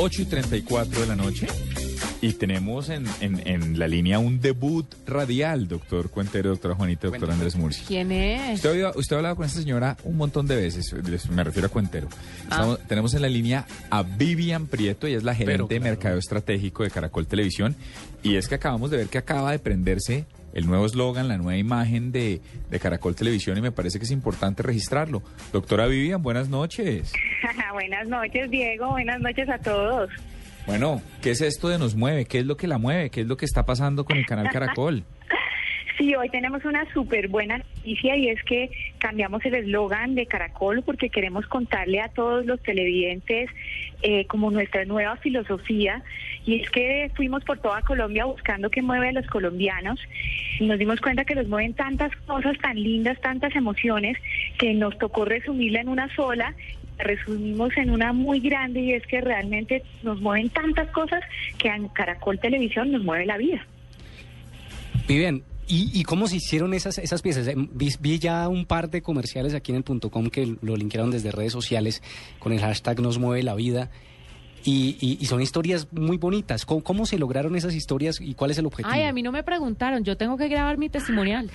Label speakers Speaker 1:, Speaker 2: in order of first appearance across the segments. Speaker 1: 8 y 34 de la noche y tenemos en, en, en la línea un debut radial, doctor Cuentero, doctora Juanita, doctor Andrés Murcia.
Speaker 2: ¿Quién es?
Speaker 1: Usted, ha oído- usted ha hablado con esta señora un montón de veces, les- me refiero a Cuentero.
Speaker 2: Ah.
Speaker 1: Estamos- tenemos en la línea a Vivian Prieto, ella es la gerente de Mercado Estratégico de Caracol Televisión, y es que acabamos de ver que acaba de prenderse el nuevo eslogan, la nueva imagen de, de Caracol Televisión, y me parece que es importante registrarlo. Doctora Vivian, buenas noches.
Speaker 3: buenas noches, Diego. Buenas noches a todos.
Speaker 1: Bueno, ¿qué es esto de Nos Mueve? ¿Qué es lo que la mueve? ¿Qué es lo que está pasando con el canal Caracol?
Speaker 3: Sí, hoy tenemos una súper buena noticia y es que cambiamos el eslogan de Caracol porque queremos contarle a todos los televidentes eh, como nuestra nueva filosofía y es que fuimos por toda Colombia buscando qué mueve a los colombianos y nos dimos cuenta que los mueven tantas cosas tan lindas, tantas emociones que nos tocó resumirla en una sola resumimos en una muy grande y es que realmente nos mueven tantas cosas que a Caracol Televisión nos mueve la vida.
Speaker 4: Vivian, ¿y, y cómo se hicieron esas, esas piezas? Eh, Vi, vi ya un par de comerciales aquí en el punto .com que lo linkearon desde redes sociales con el hashtag Nos Mueve la Vida. Y, y- y son historias muy bonitas. ¿Cómo, cómo se lograron esas historias y cuál es el objetivo?
Speaker 2: Ay, a mí no me preguntaron, yo tengo que grabar mi testimonial.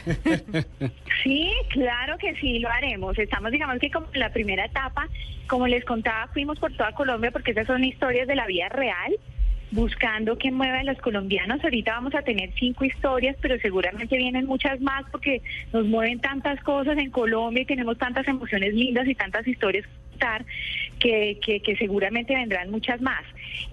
Speaker 3: Sí, claro que sí, lo haremos. Estamos, digamos que como en la primera etapa, como les contaba, fuimos por toda Colombia porque esas son historias de la vida real, buscando que muevan los colombianos. Ahorita vamos a tener cinco historias, pero seguramente vienen muchas más porque nos mueven tantas cosas en Colombia y tenemos tantas emociones lindas y tantas historias que contar que, que, que seguramente vendrán muchas más.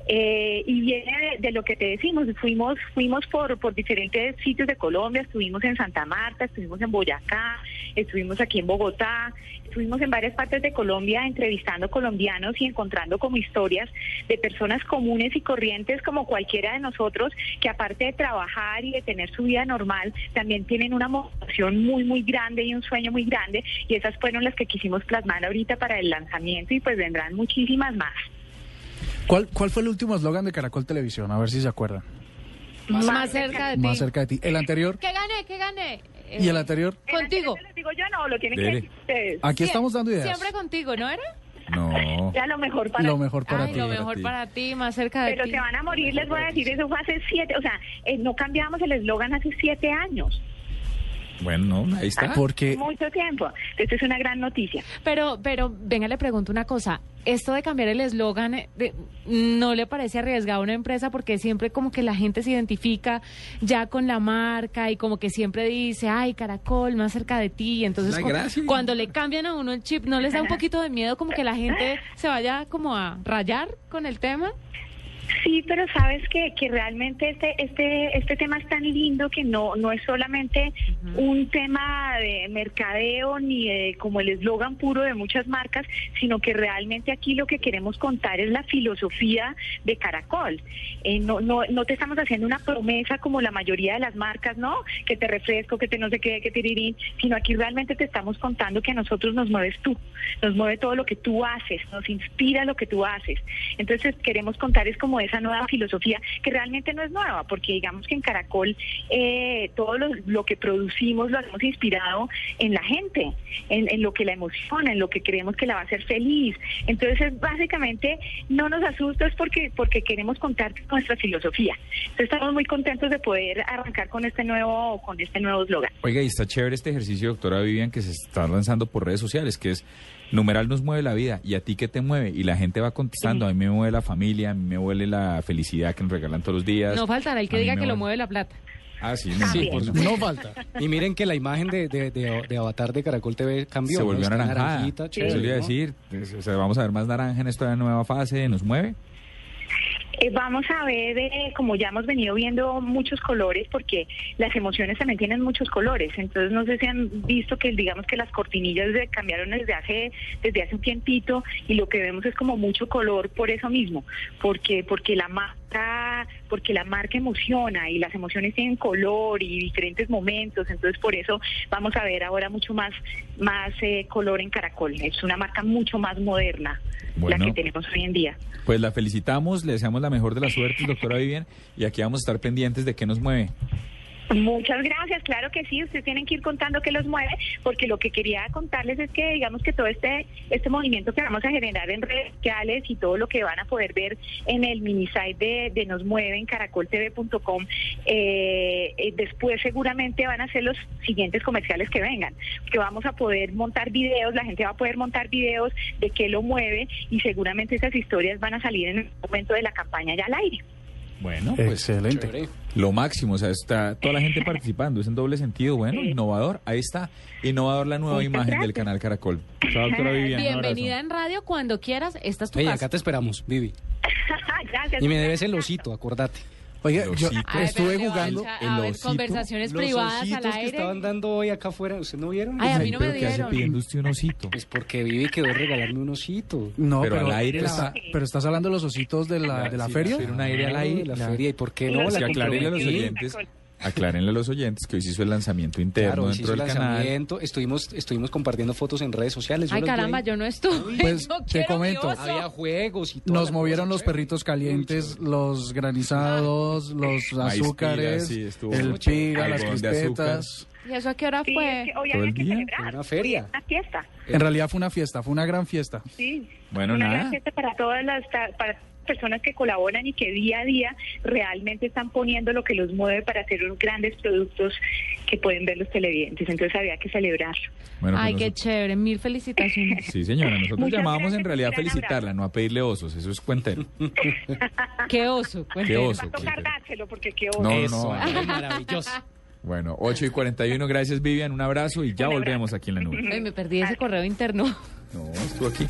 Speaker 3: Eh, y viene de, de lo que te decimos, fuimos, fuimos por, por diferentes sitios de Colombia, estuvimos en Santa Marta, estuvimos en Boyacá, estuvimos aquí en Bogotá, estuvimos en varias partes de Colombia entrevistando colombianos y encontrando como historias de personas comunes y corrientes como cualquiera de nosotros, que aparte de trabajar y de tener su vida normal, también tienen una motivación muy, muy grande y un sueño muy grande, y esas fueron las que quisimos plasmar ahorita para el lanzamiento y pues vendrán muchísimas más.
Speaker 5: ¿Cuál, ¿Cuál fue el último eslogan de Caracol Televisión? A ver si se acuerdan.
Speaker 2: Más, cerca de ti.
Speaker 5: Más cerca de ti. ¿El anterior?
Speaker 2: Que gané, que gané. Eh,
Speaker 5: ¿Y el anterior?
Speaker 3: ¿El
Speaker 2: Contigo.
Speaker 3: anterior se los digo yo no, lo tienen que
Speaker 1: Dele.
Speaker 3: decir ustedes.
Speaker 5: Aquí
Speaker 2: Sie-
Speaker 5: estamos dando ideas.
Speaker 2: Siempre contigo, ¿no era?
Speaker 1: No.
Speaker 3: Ya lo mejor para
Speaker 5: Lo mejor para
Speaker 2: Ay,
Speaker 5: ti.
Speaker 2: lo
Speaker 1: para
Speaker 2: mejor
Speaker 1: ti.
Speaker 2: para ti, más cerca de
Speaker 3: Pero
Speaker 2: ti.
Speaker 3: se van a morir, les voy a decir, eso fue hace siete, o sea, eh, no cambiamos el eslogan hace siete años,
Speaker 1: Bueno, no, ahí está.
Speaker 5: Porque
Speaker 3: mucho tiempo. Esto es una gran noticia.
Speaker 2: Pero, pero, venga, le pregunto una cosa. Esto de cambiar el eslogan, eh, de- ¿no le parece arriesgado a una empresa? Porque siempre como que la gente se identifica ya con la marca y como que siempre dice, ay, caracol, más cerca de ti. Y entonces
Speaker 1: La
Speaker 2: cu-
Speaker 1: gracia.
Speaker 2: cuando le cambian a uno el chip, ¿no les da un poquito de miedo como que la gente se vaya como a rayar con el tema?
Speaker 3: Sí, pero sabes que, que realmente este, este, este tema es tan lindo que no, no es solamente un tema de mercadeo ni de como el eslogan puro de muchas marcas, sino que realmente aquí lo que queremos contar es la filosofía de Caracol. Eh, no, no, no te estamos haciendo una promesa como la mayoría de las marcas, ¿no? Que te refresco, que te no sé qué, que tirirín, sino aquí realmente te estamos contando que a nosotros nos mueves tú, nos mueve todo lo que tú haces, nos inspira lo que tú haces. Entonces queremos contar es como esa nueva filosofía que realmente no es nueva, porque digamos que en Caracol eh, todo lo, lo que producimos lo hemos inspirado en la gente, en, en lo que la emociona, en lo que creemos que la va a hacer feliz. Entonces básicamente no nos asusta es porque, porque queremos contar nuestra filosofía. Entonces estamos muy contentos de poder arrancar con este nuevo, con este nuevo eslogan.
Speaker 1: Oiga, y está chévere este ejercicio, doctora Vivian, que se está lanzando por redes sociales, que es numeral nos mueve la vida y a ti qué te mueve. Y la gente va contestando, a mí me mueve la familia, a mí me mueve la felicidad que nos regalan todos los días.
Speaker 2: No faltará el que
Speaker 1: A mí
Speaker 2: diga
Speaker 1: me
Speaker 2: que lo
Speaker 1: mueve-
Speaker 2: mueve la plata.
Speaker 1: Ah, sí, no,
Speaker 3: Sí.
Speaker 1: por supuesto.
Speaker 5: no falta.
Speaker 4: Y miren que la imagen de, de- de- de Avatar de Caracol TV cambió.
Speaker 1: se
Speaker 4: ¿no?
Speaker 1: volvió
Speaker 4: Está
Speaker 1: naranjada.
Speaker 4: naranjita,
Speaker 1: Eso le
Speaker 4: chévere,
Speaker 1: iba a "Pues,
Speaker 4: ¿no?
Speaker 1: decir, es- o sea, vamos a ver más naranja en esta nueva fase, nos mueve.
Speaker 3: Eh, vamos a ver, eh, como ya hemos venido viendo, muchos colores, porque las emociones también tienen muchos colores. Entonces, no sé si han visto que, digamos, que las cortinillas de- cambiaron desde hace, desde hace un tiempito y lo que vemos es como mucho color por eso mismo, porque, porque la marca, porque la marca emociona y las emociones tienen color y diferentes momentos. Entonces, por eso vamos a ver ahora mucho más, más eh, color en Caracol. Es una marca mucho más moderna
Speaker 1: Bueno.
Speaker 3: la que tenemos hoy en día.
Speaker 1: Pues la felicitamos, le deseamos la mejor de las suertes, doctora Vivian, y aquí vamos a estar pendientes de qué nos mueve.
Speaker 3: Muchas gracias, claro que sí, ustedes tienen que ir contando qué los mueve, porque lo que quería contarles es que digamos que todo este este movimiento que vamos a generar en redes sociales y todo lo que van a poder ver en el mini site de, de Nos Mueve en caracoltv.com, eh, eh, después seguramente van a ser los siguientes comerciales que vengan, que vamos a poder montar videos, la gente va a poder montar videos de qué lo mueve y seguramente esas historias van a salir en el momento de la campaña ya al aire.
Speaker 1: Bueno, pues
Speaker 5: Excelente.
Speaker 1: lo máximo, o sea, está toda la gente participando, es en doble sentido, bueno, innovador, ahí está, innovador la nueva
Speaker 3: Muchas
Speaker 1: imagen del
Speaker 3: gracias.
Speaker 1: canal Caracol. Chao, doctora Vivian. un abrazo.
Speaker 2: Bienvenida en radio cuando quieras. Esta es tu
Speaker 4: Ey,
Speaker 2: casa.
Speaker 4: acá te esperamos, Vivi.
Speaker 3: gracias.
Speaker 4: Y me debes el osito, acordate.
Speaker 5: Oiga,
Speaker 1: Los
Speaker 5: yo
Speaker 1: hitos.
Speaker 2: Ay,
Speaker 5: estuve
Speaker 2: pero le
Speaker 5: jugando.
Speaker 2: vas
Speaker 1: el
Speaker 2: A, a ver,
Speaker 1: osito,
Speaker 2: conversaciones privadas al
Speaker 4: ositos que
Speaker 2: aire.
Speaker 4: estaban dando hoy acá afuera, ¿ustedes no vieron?
Speaker 2: Ay, a mí
Speaker 1: Ay,
Speaker 2: no
Speaker 1: pero
Speaker 2: me
Speaker 1: ¿qué hace
Speaker 2: dieron.
Speaker 1: pidiendo usted un osito?
Speaker 4: Pues porque Vivi quedó regalarme un osito. Ah,
Speaker 5: No,
Speaker 1: Pero
Speaker 5: pero,
Speaker 1: al aire la-
Speaker 5: está- pero estás hablando de los ositos de la, de la
Speaker 1: Sí,
Speaker 5: feria.
Speaker 1: hacer un aire al aire.
Speaker 4: de Ah, la feria. ¿Y por qué no?
Speaker 1: Sí,
Speaker 4: La
Speaker 1: aclárenle a los
Speaker 4: comprometí.
Speaker 1: oyentes, aclárenle a los oyentes que hoy se hizo el lanzamiento interno
Speaker 4: Claro,
Speaker 1: dentro
Speaker 4: hizo
Speaker 1: del canal.
Speaker 4: lanzamiento, Estuvimos, estuvimos compartiendo fotos en redes sociales. yo
Speaker 2: Ay,
Speaker 4: las vi
Speaker 2: caramba,
Speaker 4: ahí.
Speaker 2: yo no estuve.
Speaker 5: Pues,
Speaker 2: Yo
Speaker 5: te
Speaker 2: quiero mi
Speaker 5: comento.
Speaker 2: oso.
Speaker 4: Había juegos y todo.
Speaker 5: Nos movieron los perritos calientes, los granizados, los
Speaker 1: Maíz
Speaker 5: azúcares,
Speaker 1: pira, sí, estuvo
Speaker 5: el
Speaker 1: mucho.
Speaker 5: pira, las
Speaker 1: Algodón de
Speaker 5: crispetas.
Speaker 2: ¿Y eso a qué hora
Speaker 3: Sí,
Speaker 2: fue?
Speaker 3: es que hoy
Speaker 1: Todo
Speaker 3: había
Speaker 1: el
Speaker 3: que
Speaker 1: día.
Speaker 3: celebrar.
Speaker 4: Una feria.
Speaker 3: Una fiesta,
Speaker 5: En realidad fue una fiesta, fue una gran fiesta.
Speaker 3: sí.
Speaker 1: Bueno,
Speaker 3: una
Speaker 1: nada.
Speaker 3: gran fiesta para todas las ta- para todas las personas que colaboran y que día a día realmente están poniendo lo que los mueve para hacer unos grandes productos que pueden ver los televidentes. Entonces había que celebrar.
Speaker 1: Bueno, pues
Speaker 2: Ay, qué
Speaker 1: nosotros-
Speaker 2: chévere. Mil felicitaciones.
Speaker 1: Sí, señora, nosotros
Speaker 3: Muchas
Speaker 1: llamábamos en
Speaker 3: gracias,
Speaker 1: realidad a
Speaker 3: un gran
Speaker 1: felicitarla, no a pedirle osos, eso es cuentero.
Speaker 2: qué oso.
Speaker 1: Qué
Speaker 3: Va
Speaker 1: oso.
Speaker 3: a tocar
Speaker 1: cuentero.
Speaker 3: dárselo porque qué
Speaker 1: No,
Speaker 3: bueno.
Speaker 1: no,
Speaker 4: Eso,
Speaker 1: no.
Speaker 4: Andrés, maravilloso.
Speaker 1: Bueno, 8 y 41, gracias Vivian, un abrazo y ya volvemos aquí en la nube.
Speaker 2: Ay, me perdí ese correo interno.
Speaker 1: No, estuvo aquí.